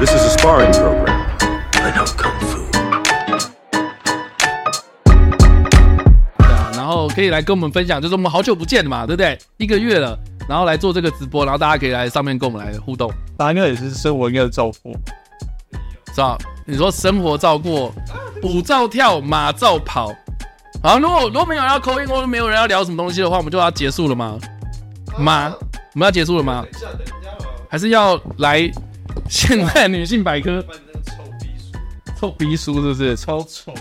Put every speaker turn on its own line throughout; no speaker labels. sparring program. I know kung fu.
对啊，然后可以来跟我们分享，就是我们好久不见了嘛，对不对？一个月了，然后来做这个直播，然后大家可以来上面跟我们来互动，
大家应该也是生活应该的照顾。
是吧？你说生活照过，舞照跳，马照跑。好，如果如果没有人要扣音，或者没有人要聊什么东西的话，我们就要结束了吗？吗？我们要结束了吗？
啊
还是要来现代女性百科？臭逼书是不是？
超丑，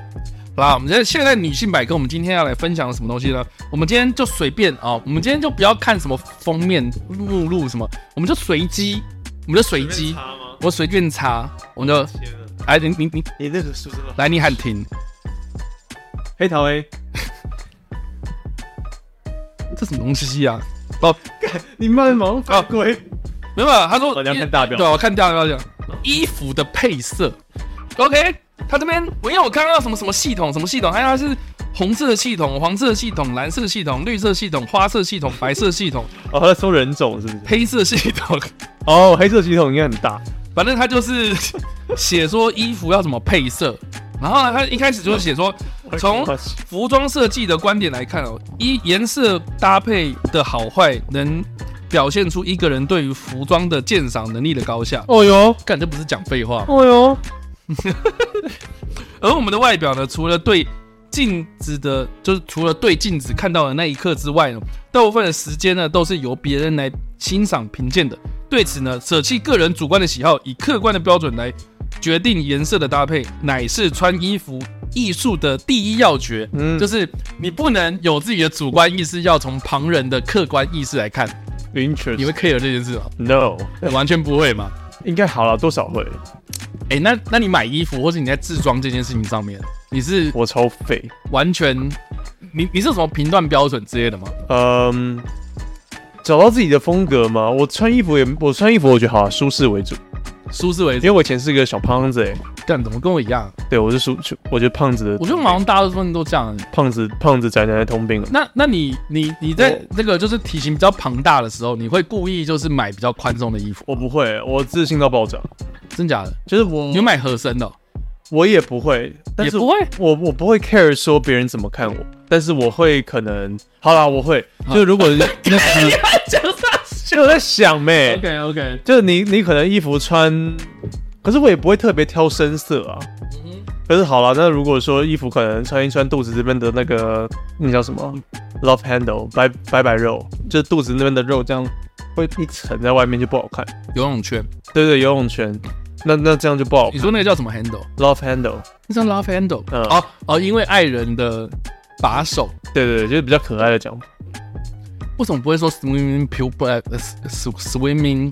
好啦，我们现在现在女性百科，我们今天要来分享什么东西呢？我们今天就随便啊、我们今天就不要看什么封面目录什么，我们就随机，我们就随机，我随便查，我们就来你你你
你那个书真的
来你喊停，
黑桃 A，
这什么东西啊？
你妈的忙犯规，
没有，他说
哦你要看大标
对，我看大标讲衣服的配色。OK，他这边我因为我看到什么什么系统，什么系统，还有它是红色系统、黄色系统、蓝色系统、绿色系统、花色系统、白色系统、
哦，他在搜人种是不是？
黑色系统。
哦，黑色系统应该很大，
反正他就是写说衣服要怎么配色，然后呢，他一开始就写说，从服装设计的观点来看哦，一颜色搭配的好坏能表现出一个人对于服装的鉴赏能力的高下。
哦哟，
干，这不是讲废话吗。
哦哟，
而我们的外表呢，除了对镜子的，就是除了对镜子看到的那一刻之外呢，大部分的时间呢都是由别人来欣赏评鉴的。对此呢，舍弃个人主观的喜好，以客观的标准来决定颜色的搭配，乃是穿衣服艺术的第一要诀。
嗯，
就是是你不能有自己的主观意识，要从旁人的客观意识来看。你会
interest
care 这件事吗？
no，
完全不会嘛。
应该好了，多少会，
哎、那那你买衣服或者你在制装这件事情上面，你是
我超废，
完全，你你是有什么评断标准之类的吗？
嗯。找到自己的风格吗？我穿衣服也，我穿衣服我觉得好、啊、舒适为主，
舒适为
因
主，
为我以前是个小胖子哎、
干怎么跟我一样？
对我是舒，我觉得胖子的，
我觉得好像大部分都这样。
胖子胖子宅男的通病了。
那那你你你在
我
这个就是体型比较庞大的时候，你会故意就是买比较宽松的衣服，
我不会，我自信到爆炸，
真假的？
就是我
你会买合身的哦、
我也不会，嗯但
也
是
不 会
我我不会 care 说别人怎么看我，但是我会可能，好啦，我会，就如果那时
讲啥
就我在想呗、
？OK OK，
就是你你可能衣服穿，可是我也不会特别挑深色啊。
嗯
可是好啦，那如果说衣服可能穿一穿肚子这边的那个那叫什么 love handle 白白白肉，就是肚子那边的肉这样会一层在外面就不好看。
游泳圈，
对对，游泳圈，那那这样就不好
你说那个叫什么 handle？
love handle。
那叫 love handle、
嗯
哦哦，因为爱人的把手，
对对，对就是比较可爱的讲法。
为什么不会说 swimming pool 呃 b a swimming？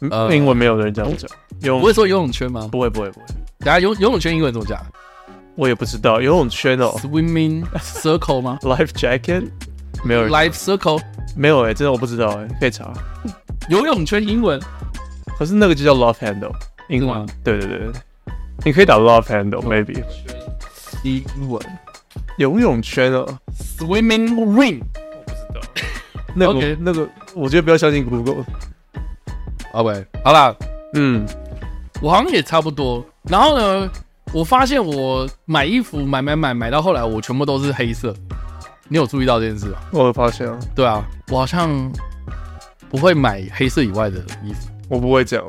嗯
呃
英文没有人这样讲，
不
游泳
会说游泳圈吗？
不会不会不会，
等下游游泳圈英文怎么讲
我也不知道游泳圈哦
？swimming circle 吗？
，life jacket 没有人
Life Circle
没有哎、真的我不知道哎、可以查。
游泳圈英文
可是那个就叫 love handle 英
是
文
吗，
对对对对，你可以打 love handle maybe
英文
游泳圈哦，
Swimming Ring
那个
OK
那个我觉得不要相信 Google，
啊喂，好啦，
嗯，
我好像也差不多。然后呢，我发现我买衣服买买买买到后来，我全部都是黑色。你有注意到这件事吧？
我有发现了，
对啊，我好像不会买黑色以外的衣服，
我不会这样，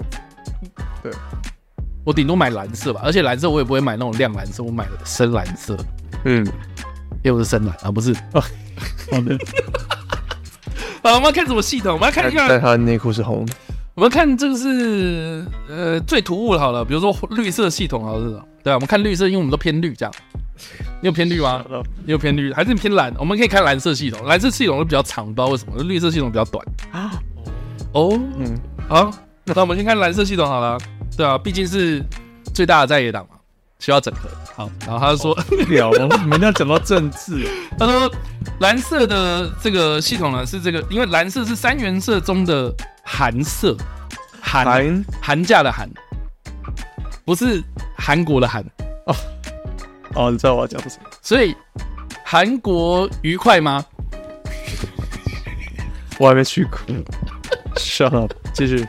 我顶多买蓝色吧。而且蓝色我也不会买那种亮蓝色，我买的深蓝色，
嗯，
因为我是深蓝啊， 不是。
好的，
好，我们要看什么系统？我们要看
但
一下
但他的内裤是红的，
我们看这个是呃最突兀的好了，比如说绿色系统好了，对啊，我们看绿色，因为我们都偏绿这样。你有偏绿吗？你有偏绿还是你偏蓝？我们可以看蓝色系统，蓝色系统都比较长，不知道为什么，绿色系统比较短。哦，
嗯，
好，那我们先看蓝色系统好了。对啊，毕竟是最大的在野党嘛，需要整合。好，然后他就说，
屌，我们要讲到政 治，
他说蓝色的这个系统呢是这个，因为蓝色是三原色中的寒色，寒
韩
寒假的寒，不是韩国的寒，
哦，你知道我要讲什么？
所以韩国愉快吗？
嗯我还没去过。Shut up，继续。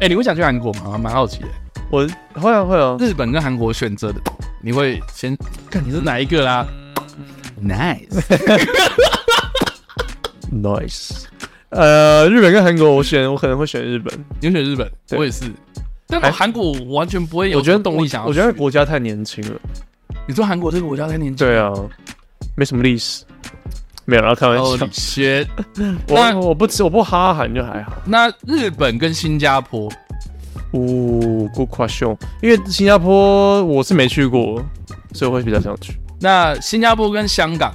哎、你会想去韩国吗？蛮好奇的。
我会啊会啊，
日本跟韩国选择的，你会先看你是哪一个啦？Nice，
Nice。呃，日本跟韩国，我选我可能会选日本。
你会选日本，
对哎
我也是。但我韩国我完全不会有
我觉得
动力想要
我觉得
去
国家太年轻了。
你说韩国这个国家太年轻，
对啊，没什么历史。没有啦，然后开玩
哦，
笑
你。学那
我我不吃，我不哈韩就还好。
那日本跟新加坡，
哦，Good question。因为新加坡我是没去过，所以我会比较想去。
那新加坡跟香港，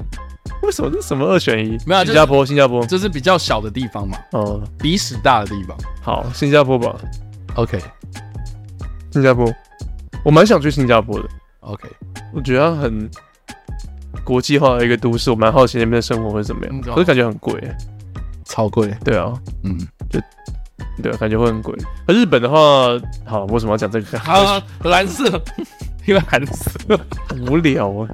为什么这是什么二选一？
没有啊就是
新加坡，新加坡。
这是比较小的地方嘛，
哦，
鼻屎大的地方。
好，新加坡吧，
OK
新加坡。我蛮想去新加坡的，
OK，
我觉得它很国际化的一个都市，我蛮好奇那边的生活会怎么样
嗯。对啊
可是感觉很贵，
超贵，
对啊，
嗯，
对啊，感觉会很贵。而日本的话，好，为什么要讲这个？
好，蓝 色，因为蓝色。
无聊啊。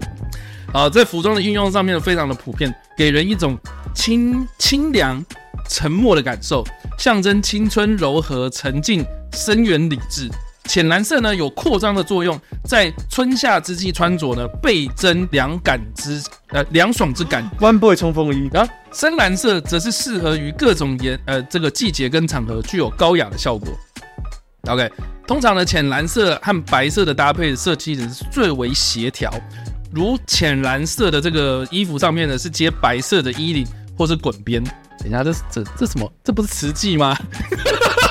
啊，在服装的运用上面非常的普遍，给人一种清清凉、沉默的感受，象征青春、柔和、沉静、深远、理智。浅蓝色呢有扩张的作用，在春夏之际穿着呢倍增凉感之呃凉爽之感。
One Boy 冲锋衣，
然后深蓝色则是适合于各种颜呃这个季节跟场合，具有高雅的效果。OK，通常呢浅蓝色和白色的搭配设计呢是最为协调，如浅蓝色的这个衣服上面呢是接白色的衣领或是滚边。等一下，这这这什么？这不是词记吗？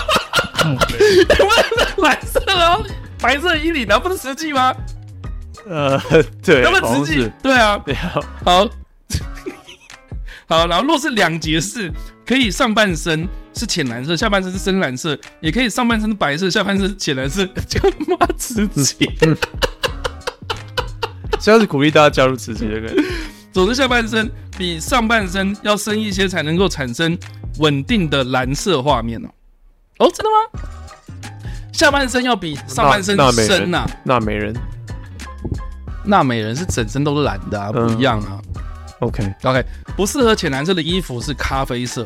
蓝色然后白色衣领，然后不是词记吗？
呃， 对，
要不然
好像
词记
是？
对啊，
对 啊，
好， 好，然后若是两节式，可以上半身是浅蓝色，下半身是深蓝色，也可以上半身是白色，下半身是浅蓝色， 叫妈直接。
现在是鼓励大家加入慈禧的感觉。
总之，下半身比上半身要深一些，才能够产生稳定的蓝色画面哦。哦，真的吗？下半身要比上半 身
那
深呐、
那美人
娜美人是整身都是蓝的啊，
嗯
不一样啊。
，OK，
OK，不适合浅蓝色的衣服是咖啡色，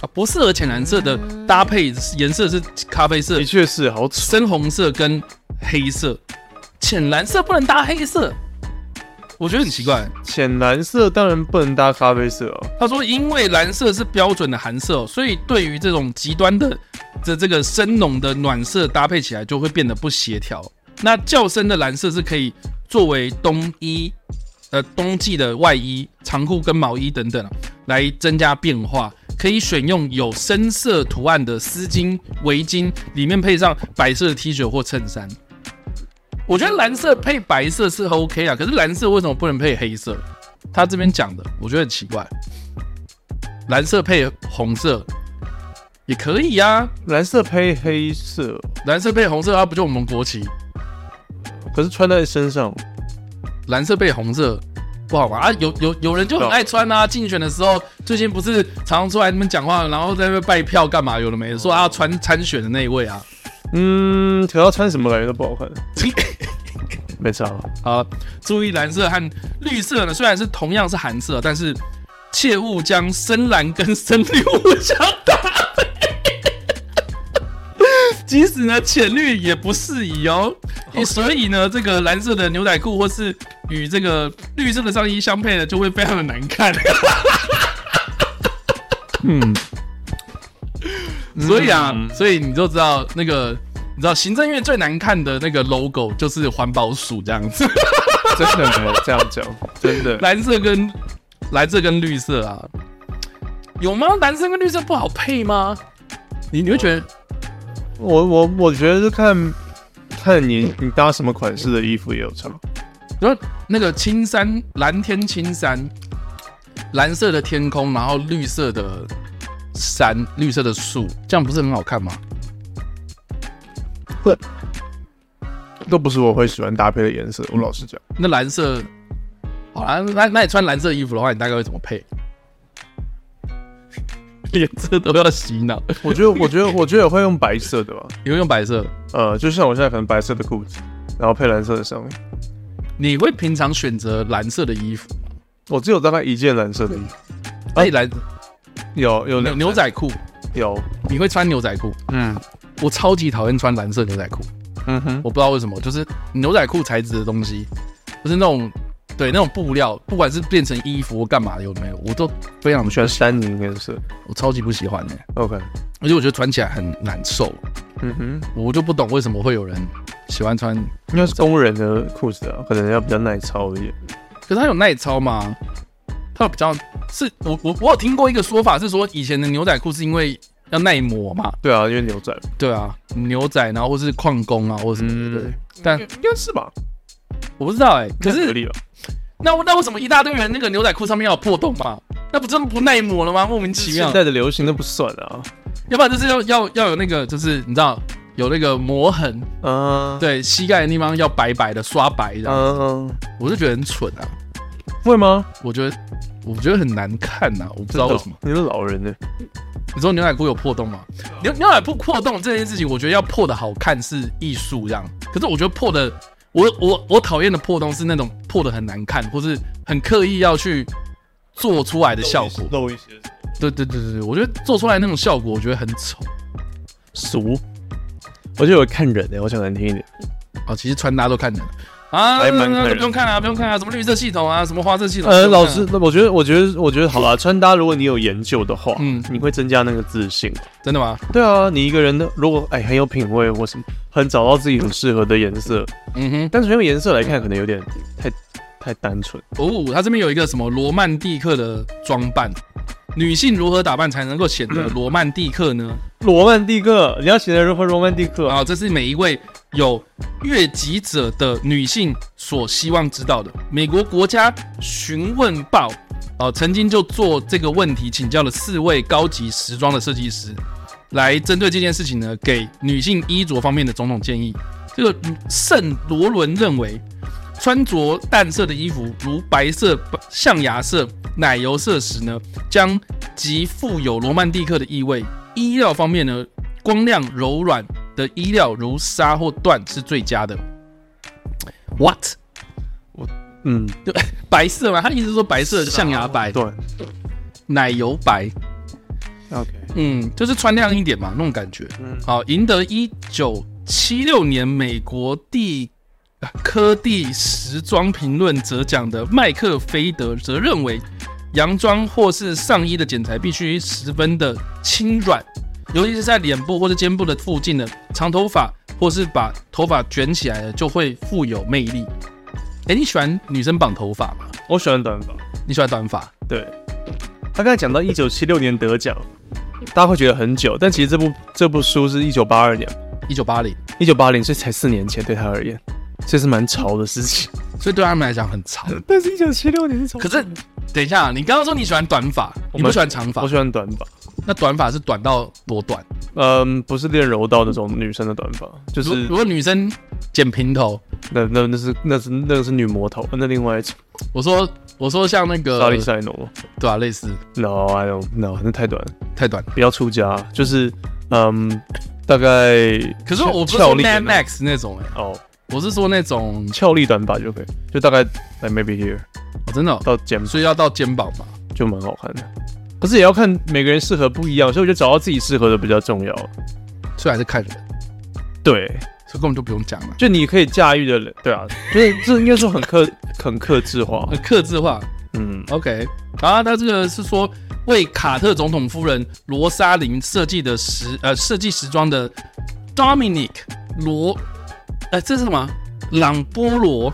啊，不适合浅蓝色的搭配颜色是咖啡色
的、确是好丑。
深红色跟黑色，浅蓝色不能搭黑色，我觉得很奇怪。
浅蓝色当然不能搭咖啡色哦，
他说，因为蓝色是标准的寒色哦、所以对于这种极端的这这个深浓的暖色搭配起来就会变得不协调。那较深的蓝色是可以作为冬衣，呃，冬季的外衣、长裤跟毛衣等等、啊、来增加变化。可以选用有深色图案的丝巾、围巾，里面配上白色的 T 恤或衬衫。我觉得蓝色配白色是 OK 啊，可是蓝色为什么不能配黑色？他这边讲的，我觉得很奇怪。蓝色配红色也可以呀、啊，
蓝色配黑色，哦
蓝色配红色，啊它不就我们国旗？
可是穿在身上，
蓝色配红色不好吗？啊，有有有人就很爱穿啊，竞选的时候，最近不是常常出来那边讲话，然后在那边拜票干嘛？有的没的，说啊穿参选的那一位啊，
嗯，可要穿什么感觉都不好看， 没差。
好，注意蓝色和绿色呢，虽然是同样是寒色，但是切勿将深蓝跟深绿互相搭配。即使呢浅绿也不适宜哦，所以呢这个蓝色的牛仔裤或是与这个绿色的上衣相配呢，就会非常的难看。
嗯，
所以啊，所以你就知道那个，你知道行政院最难看的那个 logo 就是环保署这样子。
真的没有这样讲，真的。
蓝色跟蓝色跟绿色啊，有吗？蓝色跟绿色不好配吗？你你会觉得
我我我觉得是看看你你搭什么款式的衣服也有差。
然后那个青山蓝天青山，蓝色的天空，然后绿色的山，绿色的树，这样不是很好看吗？
都不是我会喜欢搭配的颜色，我老实讲，
那蓝色，好啦，那那你穿蓝色衣服的话，你大概会怎么配？ 连这都要洗脑，
我觉得，我觉得，我觉得我会用白色的吧，
你会用白色？
呃，就像我现在可能白色的裤子，然后配蓝色的上衣，
你会平常选择蓝色的衣服？
我只有大概一件蓝色的衣服，
哎、蓝
有
牛
有两
牛仔裤，
有，
你会穿牛仔裤？
嗯，
我超级讨厌穿蓝色牛仔裤，
嗯哼，
我不知道为什么，就是牛仔裤材质的东西，就是那种对那种布料，不管是变成衣服或干嘛的，有没有，我都非常
我
不
们
喜
喜
欢
欢，山泥颜色。
我超级不喜欢的、
OK，
而且我觉得穿起来很难受，
嗯哼，
我就不懂为什么会有人喜欢穿，
应该是工人的裤子啊，可能要比较耐操一点。
可是它有耐操吗？它有比较是我我我有听过一个说法是说以前的牛仔裤是因为要耐磨嘛，
对啊，因为牛仔，
对啊，牛仔然后或是矿工啊或者什么的，
嗯，
但
应该是吧？
我不知道哎、可
合
是
理吧？
那那为什么一大堆人那个牛仔裤上面要有破洞嘛？那不真的不耐磨了吗？莫名其妙
现。在的流行那不算啊。
要不然就是要要要有那个，就是你知道有那个磨痕，
嗯，，
对啊膝盖的地方要白白的刷白的。
嗯，
我就觉得很蠢啊，
会吗？
我觉得我觉得很难看呐、我不知道为什么。
真的哦？你是老人呢？
你说牛仔裤有破洞吗？牛牛仔裤破洞这件事情，我觉得要破的好看是艺术这样，可是我觉得破的，我我我讨厌的破洞是那种破的很难看，或是很刻意要去做出来的效果。
露一些
对对对对对，我觉得做出来那种效果，我觉得很丑
俗。我觉得我看人欸呢，我讲难听一点。
啊。其实穿搭都看人啊，
还蛮
那
看
那
人
不用看啊，不用看啊，什么绿色系统啊，什么花色系统。
呃，
不用
老
看啊
师，，那我觉得，我觉得，我觉得好啦，穿搭，如果你有研究的话，
嗯
嗯，你会增加那个自信。
真的吗？
对啊，你一个人的如果哎很有品味或什么，很找到自己很适合的颜色，
嗯哼，
但是用颜色来看，可能有点太太单纯。
哦，他这边有一个什么罗曼蒂克的装扮，女性如何打扮才能够显 得罗曼蒂克呢？
罗曼蒂克，你要写的如何罗曼蒂克啊？
啊，这是每一位有越级者的女性所希望知道的。美国国家询问报哦、曾经就做这个问题请教了四位高级时装的设计师，来针对这件事情呢，给女性衣着方面的种种建议。这个圣罗伦认为，穿着淡色的衣服，如白色、象牙色、奶油色时呢，将极富有罗曼蒂克的意味。衣料方面呢，光亮柔软的衣料，如纱或缎是最佳的。What？
嗯，
白色吗？他的意思是说白色象牙白、
对
奶油白，
，OK，
嗯，就是穿亮一点嘛，那种感觉。
嗯
好，赢得一九七六年美国第啊科第时装评论者奖的麦克菲德则认为，洋装或是上衣的剪裁必须十分的轻软，尤其是在脸部或是肩部的附近的长头发，或是把头发卷起来了，就会富有魅力。哎，你喜欢女生绑头发吗？
我喜欢短发。
你喜欢短发？
对，他刚才讲到一九七六年得奖，大家会觉得很久，但其实这部这部书是一九八二年，
一九八零，
一九八零，所以才四年前，对他而言，这是蛮潮的事情。
所以对他们来讲很潮。
但是，一九七六年是 潮
可是，等一下，你刚刚说你喜欢短发，你不
们
喜欢长发
我，喜欢短发，
那短发是短到多短？
嗯，不是练柔道那种女生的短发，就
如
是
如果女生剪平头，
那那那是那是那个是女魔头，那另外一种
我说我说像那个
莎莉赛诺。
对啊，类似
No, I don't. No，那太短了，
太短。
不要出家，就是嗯，大概
可是我不是
俏
说
丽
Mad
的那
Max 那种哎、
哦，
我是说那种
俏丽短发就可以，就大概 like maybe here
哦真的哦、
到肩
所以要到肩膀嘛。
就蛮好看的。可是也要看每个人适合不一样，所以我觉得找到自己适合的比较重要。
所以还是看人，
对，
所以根本就不用讲了。
就你可以驾驭的人，对啊，就是这应该说很克 很克制化，
呃，克制化
嗯，
，OK。然后他这个是说为卡特总统夫人罗莎琳设计的时呃设计时装的 Dominic 罗，呃这是什么？朗波罗。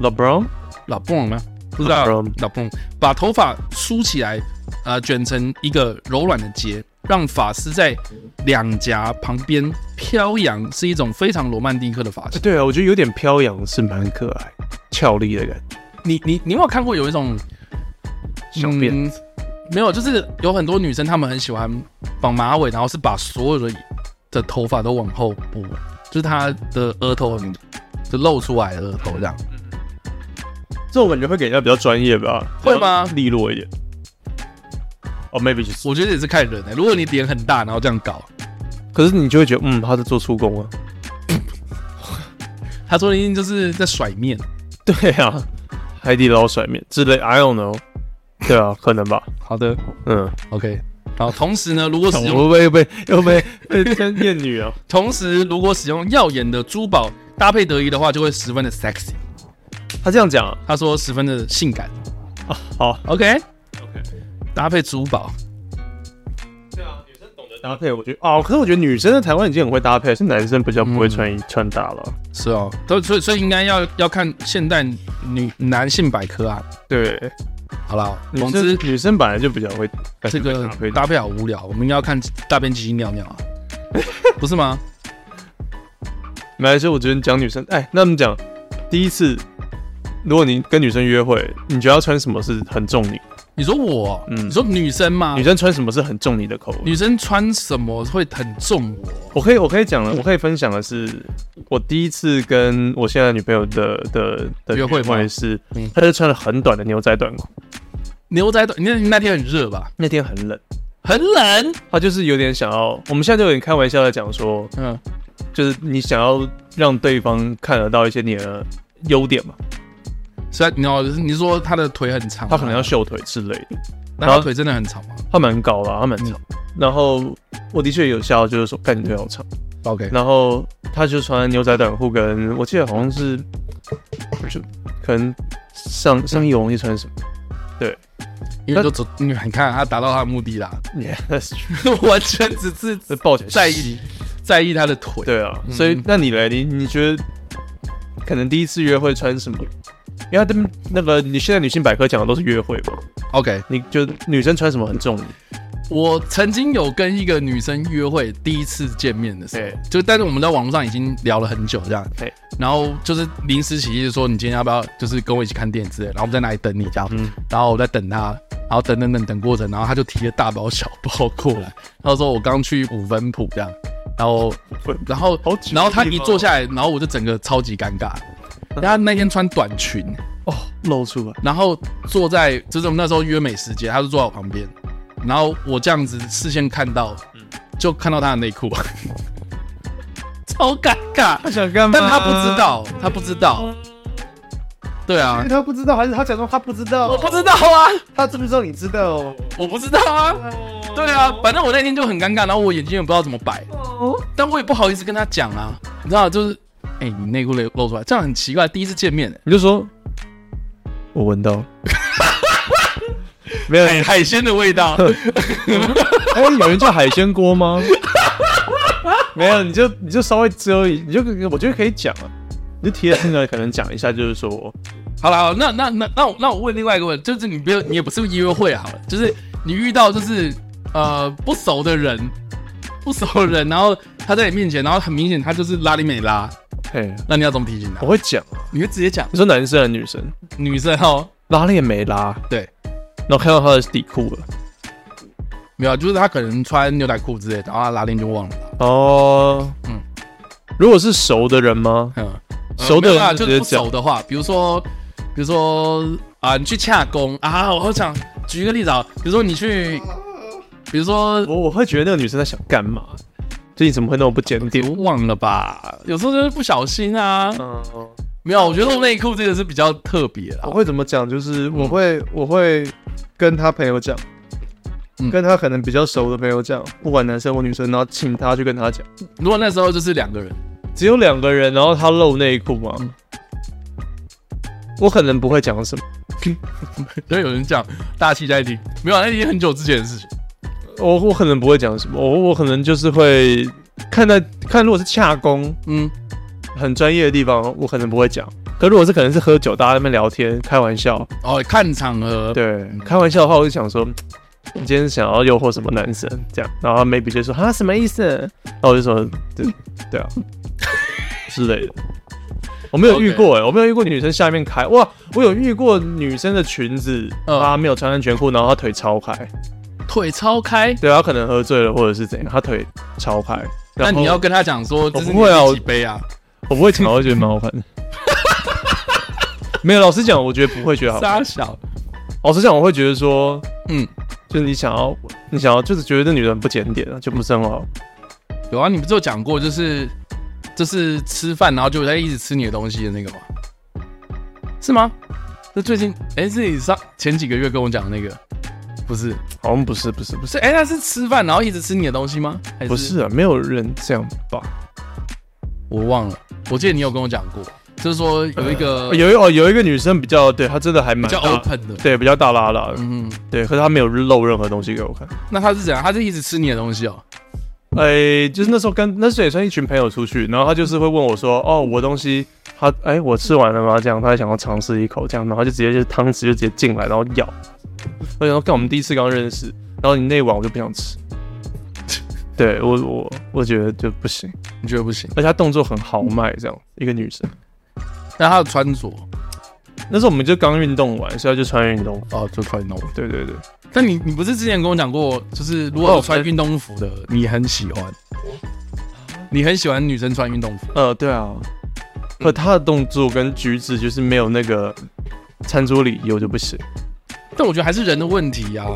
老 Brown
老蹦吗？不知道
老蹦
老蹦把头发梳起来，呃，卷成一个柔软的结，让发丝在两颊旁边飘扬，是一种非常罗曼蒂克的发型。
对啊，我觉得有点飘扬是蛮可爱、俏丽的感觉。
你你你有没有看过有一种
小辫
嗯没有，就是有很多女生她们很喜欢绑马尾，然后是把所有的的头发都往后拨，就是她的额头很就露出来的额头这样。
这种感觉会给人家比较专业吧？
会吗
比较利落一点。哦、m a y b e 就是，
我觉得也是看人的、如果你脸很大，然后这样搞，
可是你就会觉得，嗯，他在做出工啊。
她说一定就是在甩面。
对啊，海底捞甩面之类，I don't know。对啊，可能吧。
好的
嗯，
，OK，好，同时呢，如果使用
我会被 又被被跟艳女哦，
同时，如果使用耀眼的珠宝搭配得宜的话，就会十分的 sexy。
他这样讲啊
他说十分的性感。
啊，好，
OK，搭配珠宝，
搭配我觉得哦，可是我觉得女生在台湾已经很会搭配，是男生比较不会穿衣、
嗯
穿搭了。
是哦，都所以所以应该要要看现代女男性百科啊。
对，
好啦，
女
总
生
之
女生本来就比较会
这个
搭配
搭配好无聊，我们应该要看大便鸡鸡尿尿啊，不是吗？
没来说，我觉得讲女生，哎，那我们讲第一次，如果你跟女生约会，你觉得要穿什么是很重你？
你说我，
嗯
你说女生嘛，
女生穿什么是很重你的口味？
女生穿什么会很重我？
我可以，我可以讲了，我可以分享的是，我第一次跟我现在女朋友的的的
约会吗
是
嗯，
她就穿了很短的牛仔短裤，
牛仔短，你那你那天很热吧？
那天很冷，
很冷，
她就是有点想要，我们现在就有点开玩笑在讲说，
嗯，
就是你想要让对方看得到一些你的优点嘛，
所以你要你是说她的腿很长吗，啊
她可能要秀腿之类的，
那他腿真的很长吗
她蛮高啦，她蛮长，然后我的确有吓到，就是说，看你腿好长。
？OK，
然后他就穿牛仔短裤跟我记得好像是，就可能上上衣我忘记穿什么。
因为就走，因为你看他达到他的目的 啦，
Yes，
完全只是
这抱起来
在意在意他的腿。
对啊，所以那你嘞，你你觉得可能第一次约会穿什么？因为他们那个你现在女性百科讲的都是约会嘛，
OK，
你就女生穿什么很重你？
我曾经有跟一个女生约会，第一次见面的时
对
候，就但是我们在网络上已经聊了很久这样
对，
然后就是临时起意说你今天要不要就是跟我一起看电影之类，然后我们在哪里等你这样，然后我在等她，然后等等等等过程，然后她就提了大包小包过来，她说我刚去五分埔这样，然后然后
好举例
然后她一
吗
坐下来，然后我就整个超级尴尬，然后她那天穿短裙，
哦，露出来，
然后坐在就是我们那时候约美食节，他就坐在我旁边，然后我这样子视线看到，就看到他的内裤， 超尴尬，
想干
但他不知，道，他不知道，对啊，
他不知道还是他假装他不知道
我不知道啊，
他知不知道你知道哦？
我不知道啊，对啊，反正我那天就很尴尬，然后我眼睛也不知道怎么摆，但我也不好意思跟他讲啊，你知道，就是，哎，你内裤露露出来，这样很奇怪，第一次见面、欸
你就说，我闻到， 没有，
哎海鲜的味道，
哎、有人叫海鲜锅吗？没有，你就你就稍微遮一，你就我觉得可以讲啊，你就提了那个可能讲一下，就是说，
好啦，好那那那那我那我问另外一个问题，就是你不要你也不是约会好了，就是你遇到就是呃不熟的人，不熟的人，然后他在你面前，然后很明显他就是拉里美拉，
嘿，
那你要怎么提醒他
我？会讲啊。
你会直接讲
你说男生还是女生？
女生哦，
拉链没拉，
对，
然后看到他的底裤了，
没有，就是他可能穿牛仔裤之类的，然后他拉链就忘了，
哦，嗯
嗯，
如果是熟的人吗？
嗯，
熟的人
没有啦就
就直接
是不熟的话，比如说比如说啊，你去洽公啊，我想举一个例子啊，比如说你去，比如说
我我会觉得那个女生在想干嘛？就你怎么会那么不检点
别？忘了吧，有时候就是不小心啊。
嗯，
没有，我觉得露内裤这个是比较特别啦
我。会怎么讲？就是
嗯
我会、我会跟他朋友讲，
嗯
跟他可能比较熟的朋友讲，不管男生或女生，然后请他去跟他讲。
如果那时候就是两个人，
只有两个人，然后他露内裤吗？
嗯
我可能不会讲什么。
所以有人讲大气在听，没有啊，那已经很久之前的事情。
我我可能不会讲什么，我我可能就是会看待看，如果是洽工
嗯，
很专业的地方，我可能不会讲。可如果是可能是喝酒，大家在那边聊天开玩笑，
哦，看场 合，
对，开玩笑的话，我就想说，你今天想要诱惑什么男生这样，然后 maybe 就说哈什么意思？然后我就说对对啊 之类的。我没有遇过哎、我没有遇过女生下面开哇，我有遇过女生的裙子，
嗯
她没有穿安全裤，然后她腿超开，
腿超开。
对，她可能喝醉了或者是怎样，她腿超开。
那
然后
你要跟他讲说，这是
不会
你
啊我
自己背啊，
我不会抢，我会觉得蛮好看的。 没有，老实讲，我觉得不会觉得好看。
傻小，
老实讲，我会觉得说，
嗯，
就是你想要，你想要，就是觉得这女人不检点啊，就不是很好。
有啊，你不是有讲过，就是就是吃饭，然后就在一直吃你的东西的那个吗？是吗？这最近，哎、是你上前几个月跟我讲的那个，不是，
好像不是，不是，不是，
是哎，他是吃饭然后一直吃你的东西吗？还
不是啊，没有人这样吧？
我忘了，我记得你有跟我讲过，就是说有一个
有一哦，有一个女生比较，对她真的还蛮
呃比较
大
open 的，
对，比较大拉拉的，
嗯，
对，可是她没有露任何东西给我看。
那他是怎样？他是一直吃你的东西哦，
哎、就是那时候跟那时候也算一群朋友出去，然后他就是会问我说，哦，我东西他哎、我吃完了吗？这样，他还想要尝试一口这样，然后就直接就是汤匙就直接进来，然后咬。我想说，跟我们第一次刚认识，然后你那碗我就不想吃。 对我我我觉得就不行，
你觉得不行？
而且他动作很豪迈，这样一个女生。
那他的穿着
那时候我们就刚运动完，所以她就穿运动服。
哦，就穿弄。
对对对，
但你你不是之前跟我讲过，就是如果有穿运动服的，你很喜欢，你很喜欢女生穿运动服，
呃，对啊，可他的动作跟举止就是没有那个餐桌礼仪，我就不行。
但我觉得还是人的问题啊。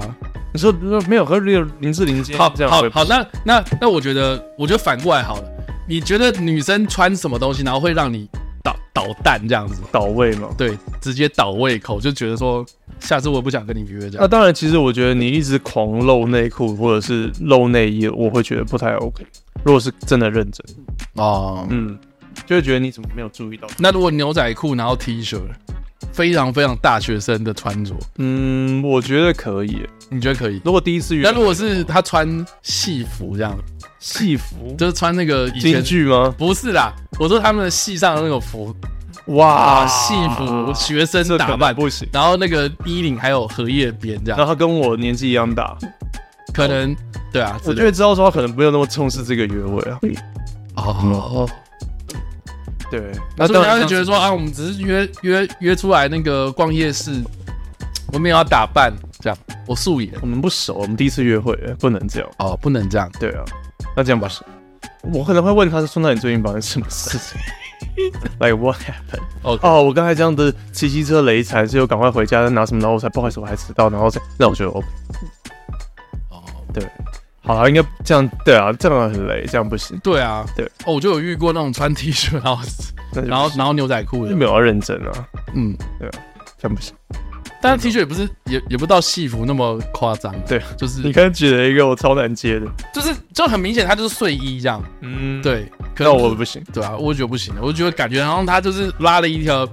你说没有和林林志玲今天
好
这样
好
会
好，那那那我觉得，我觉得反过来好了。你觉得女生穿什么东西，然后会让你倒倒蛋这样子？
倒位嘛？
对，直接倒胃口，就觉得说下次我不想跟你约这
那
样。
啊当然，其实我觉得你一直狂露内裤或者是露内衣，我会觉得不太 OK。如果是真的认真，
哦、
嗯，就会觉得你怎么没有注意到？
那如果牛仔裤然后 T 恤，非常非常大学生的穿着，
嗯，我觉得可以。
你觉得可以？
如果第一次遇
那
到
如果是他穿戏服这样，
戏服、
就是穿那个以
京
前
剧吗？
不是啦，我说他们的戏上的那种服
哇
啊，戏服学生
这可
打
能
扮，
不行。哦
然后那个衣领还有荷叶边这样
然，后他跟我年纪一样大，
可能对啊，
我
之
就
类的
会知道说他可能没有那么重视这个约会啊。
哦，
对，
那
当
所以他
然
就觉得说啊，我们只是约约约出来那个逛夜市，我没有要打扮这样，我素颜
我们不熟，我们第一次约会不能这样。
哦，不能这样。
对啊，那这样吧，我可能会问他说：“那你最近发生什么事情 ？”Like what happened？
OK
哦，我刚才这样子骑机车雷踩，所以我赶快回家拿什么，然后我才不好意思我还迟到，然后再那我觉得 OK。
哦，
好了，应该这样对啊，这样很雷，这样不行。
对啊，
对
哦，我就有遇过那种穿 T 恤，然后
那就
然后然后牛仔裤
就没
的，
有要认真啊，
嗯，
这样不行。
但是 T 恤也不是也也不到戏服那么夸张，啊
对，
就是
你刚才举了一个我超难接的，
就是就很明显，他就是睡衣这样，
嗯，，
对，可
那
能
我不行。
对啊，我觉得不行，我觉得感觉好像他就是拉了一条，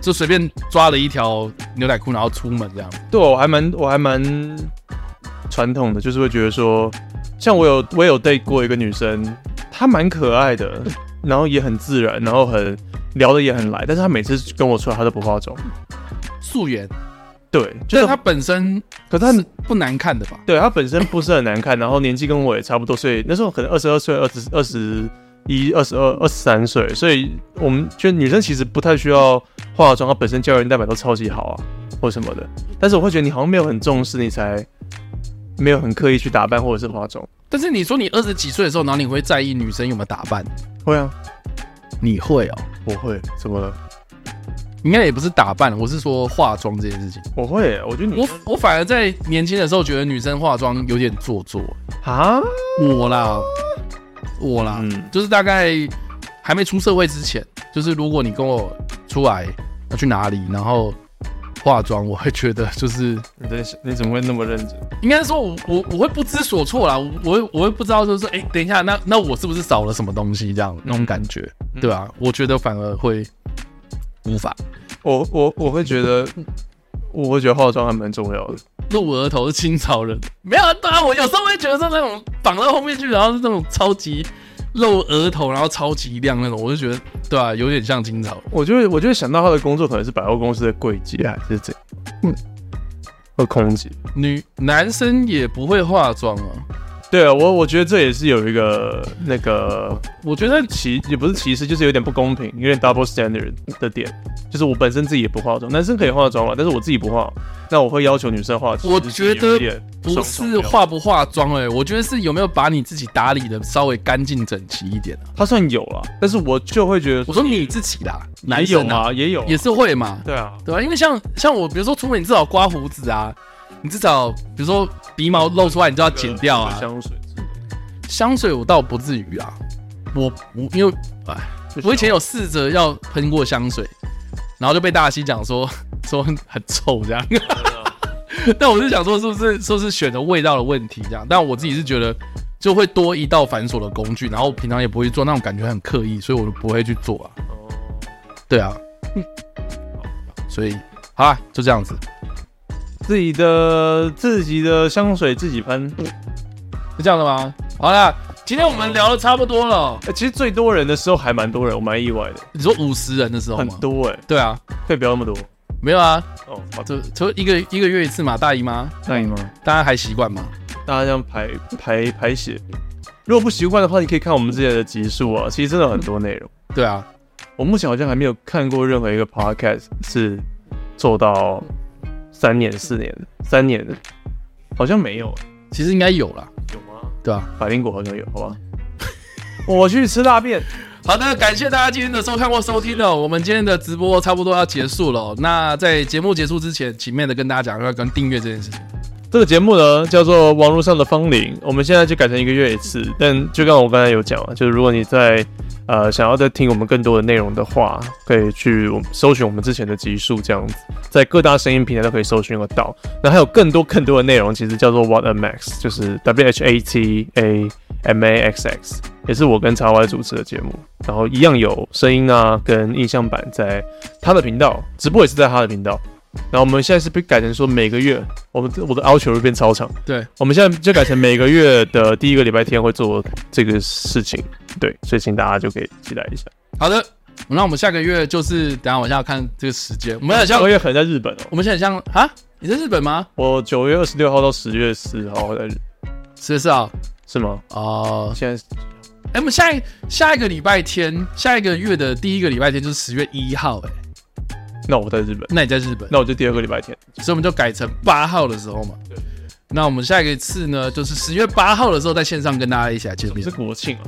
就随便抓了一条牛仔裤，然后出门这样，
对我还蛮我还蛮传统的，就是会觉得说，像我有我有 date 过一个女生，她蛮可爱的，然后也很自然，然后很聊的也很来，但是她每次跟我出来她都不化妆，
素颜，
对，就
但
是
他本身
可是
是
她
不难看的吧？
对她本身不是很难看，然后年纪跟我也差不多，所以那时候可能二十二岁、二十二十。一二十二、二十三岁，所以我们觉得女生其实不太需要化妆，她本身胶原蛋白都超级好啊，或什么的。但是我会觉得你好像没有很重视，你才没有很刻意去打扮或者是化妆。
但是你说你二十几岁的时候，然后你会在意女生有没有打扮？
会啊，
你会哦，
我会，怎么了？
应该也不是打扮，我是说化妆这件事情。
我会，我觉得你
我我反而在年轻的时候觉得女生化妆有点做作，
啊，
我啦，我啦，
嗯
就是大概还没出社会之前，就是如果你跟我出来要去哪里，然后化妆，我会觉得就是
你真是你怎么会那么认真？
应该说我我我会不知所措啦，我我会我会不知道就是哎、诶等一下，那那我是不是少了什么东西这样那种感觉，对吧、我觉得反而会无法
我我我会觉得，我会觉得化妆还蛮重要的。
入额头是清朝人，没有啊，当然我有时候会觉得说那种绑到后面去，然后是那种超级露额头，然后超级亮那种，我就觉得对啊，有点像清朝人。
我就会我就会想到他的工作可能是百货公司的柜姐还是怎样，嗯，或空姐。
女男生也不会化妆啊，
对啊，我我觉得这也是有一个那个
我觉得
歧，也不是歧视，就是有点不公平，有点 double standard 的点。就是我本身自己也不化妆，男生可以化妆了，但是我自己不化，那我会要求女生化。
我觉得不
不
是化不化妆哎、我觉得是有没有把你自己打理的稍微干净整齐一点啊。
他算有了，但是我就会觉得
我说你自己啦，男
也有
生啊
啊，也有啊，
也是会嘛，
对啊，
对吧、因为像像我，比如说出门你至少刮胡子啊，你至少比如说鼻毛露出来，你就要剪掉啊。
香水
香水我倒不至于啊，我我因为哎，我以前有试着要喷 过香水，然后就被大西讲说说很臭这样， 但我是想说，是不是是不是选的味道的问题这样？但我自己是觉得，就会多一道繁琐的工具，然后我平常也不会做，那种感觉很刻意，所以我就不会去做啊。对啊，所以好啦，就这样子，
自己的自己的香水自己喷。
是这样的吗？好啦，今天我们聊的差不多了。
欸其实最多人的时候还蛮多人，我蛮意外的，
你说五十人的时候
很
吗？
多哎、
对啊，
可以不要那么多
没有啊，
哦。好
就就一个一个月一次嘛，大姨妈，
大姨妈，
大家还习惯吗？
大家这样排排排写，如果不习惯的话，你可以看我们之前的集数啊，其实真的很多内容。
对啊，
我目前好像还没有看过任何一个 podcast 是做到三年、四年、三年的，好像没有、
其实应该有啦，
有吗？
对啊。
百灵果好像有，好吧？我去吃大便，
好的，感谢大家今天的收看或收听哦。我们今天的直播差不多要结束了哦、那在节目结束之前，请妹的跟大家讲一下跟订阅这件事情。
这个节目呢叫做《网络上的芳龄》，我们现在就改成一个月一次。但就刚我刚才有讲啊，就是如果你在呃想要再听我们更多的内容的话，可以去我们搜寻我们之前的集数，这样子在各大声音平台都可以搜寻得到。那还有更多更多的内容，其实叫做 What a Max，就是 W H A T A M A X X，也是我跟叉 Y 主持的节目。然后一样有声音啊跟印象版在他的频道直播，也是在他的频道。然后我们现在是被改成说每个月，我们我的要求会变超长。
对，
我们现在就改成每个月的第一个礼拜天会做这个事情，对，所以请大家就可以期待一下。
好的，那我们下个月就是等一下我要看这个时间，我们很像
二，月可能在日本哦，
我们现在很像啊，你在日本吗？
我九月二十六号到十月四号会在日，
是不是啊？
是吗？
哦、
现在
哎、我们下一下一个礼拜天，下一个月的第一个礼拜天就是十月一号、哎，
那我在日本，
那你在日本，
那我就第二个礼拜天。
所以我们就改成八号的时候嘛。那我们下一个次呢，就是十月八号的时候，在线上跟大家一起来见面
是。国庆啊？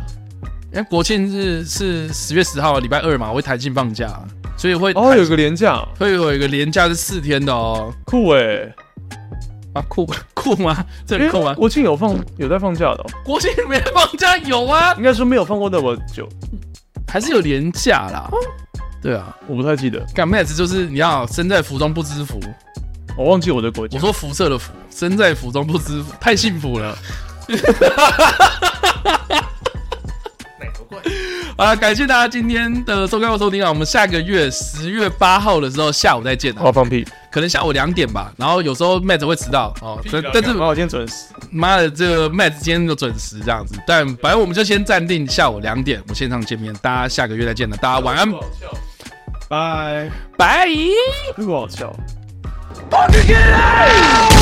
因为国庆日是十月十号，啊礼拜二嘛，会弹性放假，啊所以会
哦，有个廉价啊，
会有一个连假是四天的哦。
酷哎！
啊，酷酷吗？ 这
因
很
为
酷吗？
国庆有放有在放假的哦，
国庆没放假有啊，
应该说没有放过那么久，
还是有连假啦。对啊，
我不太记得，
干妹子就是你要身在福中不知福。
我忘记我的国
我
家。
说辐射的辐，身在福中不知福，太幸福了。 好了，感谢大家今天的收看和收听啊！我们下个月十月八号的时候下午再见
我要
啊，
放屁！
可能下午两点吧。然后有时候 Matt 会迟到哦，但但是
我今天准时。
妈的，这个 Matt 今天就准时这样子。但反正我们就先暂定下午两点，我们线上见面，大家下个月再见了，大家晚安，
拜。
拜。
这个好笑。
Fucking get out!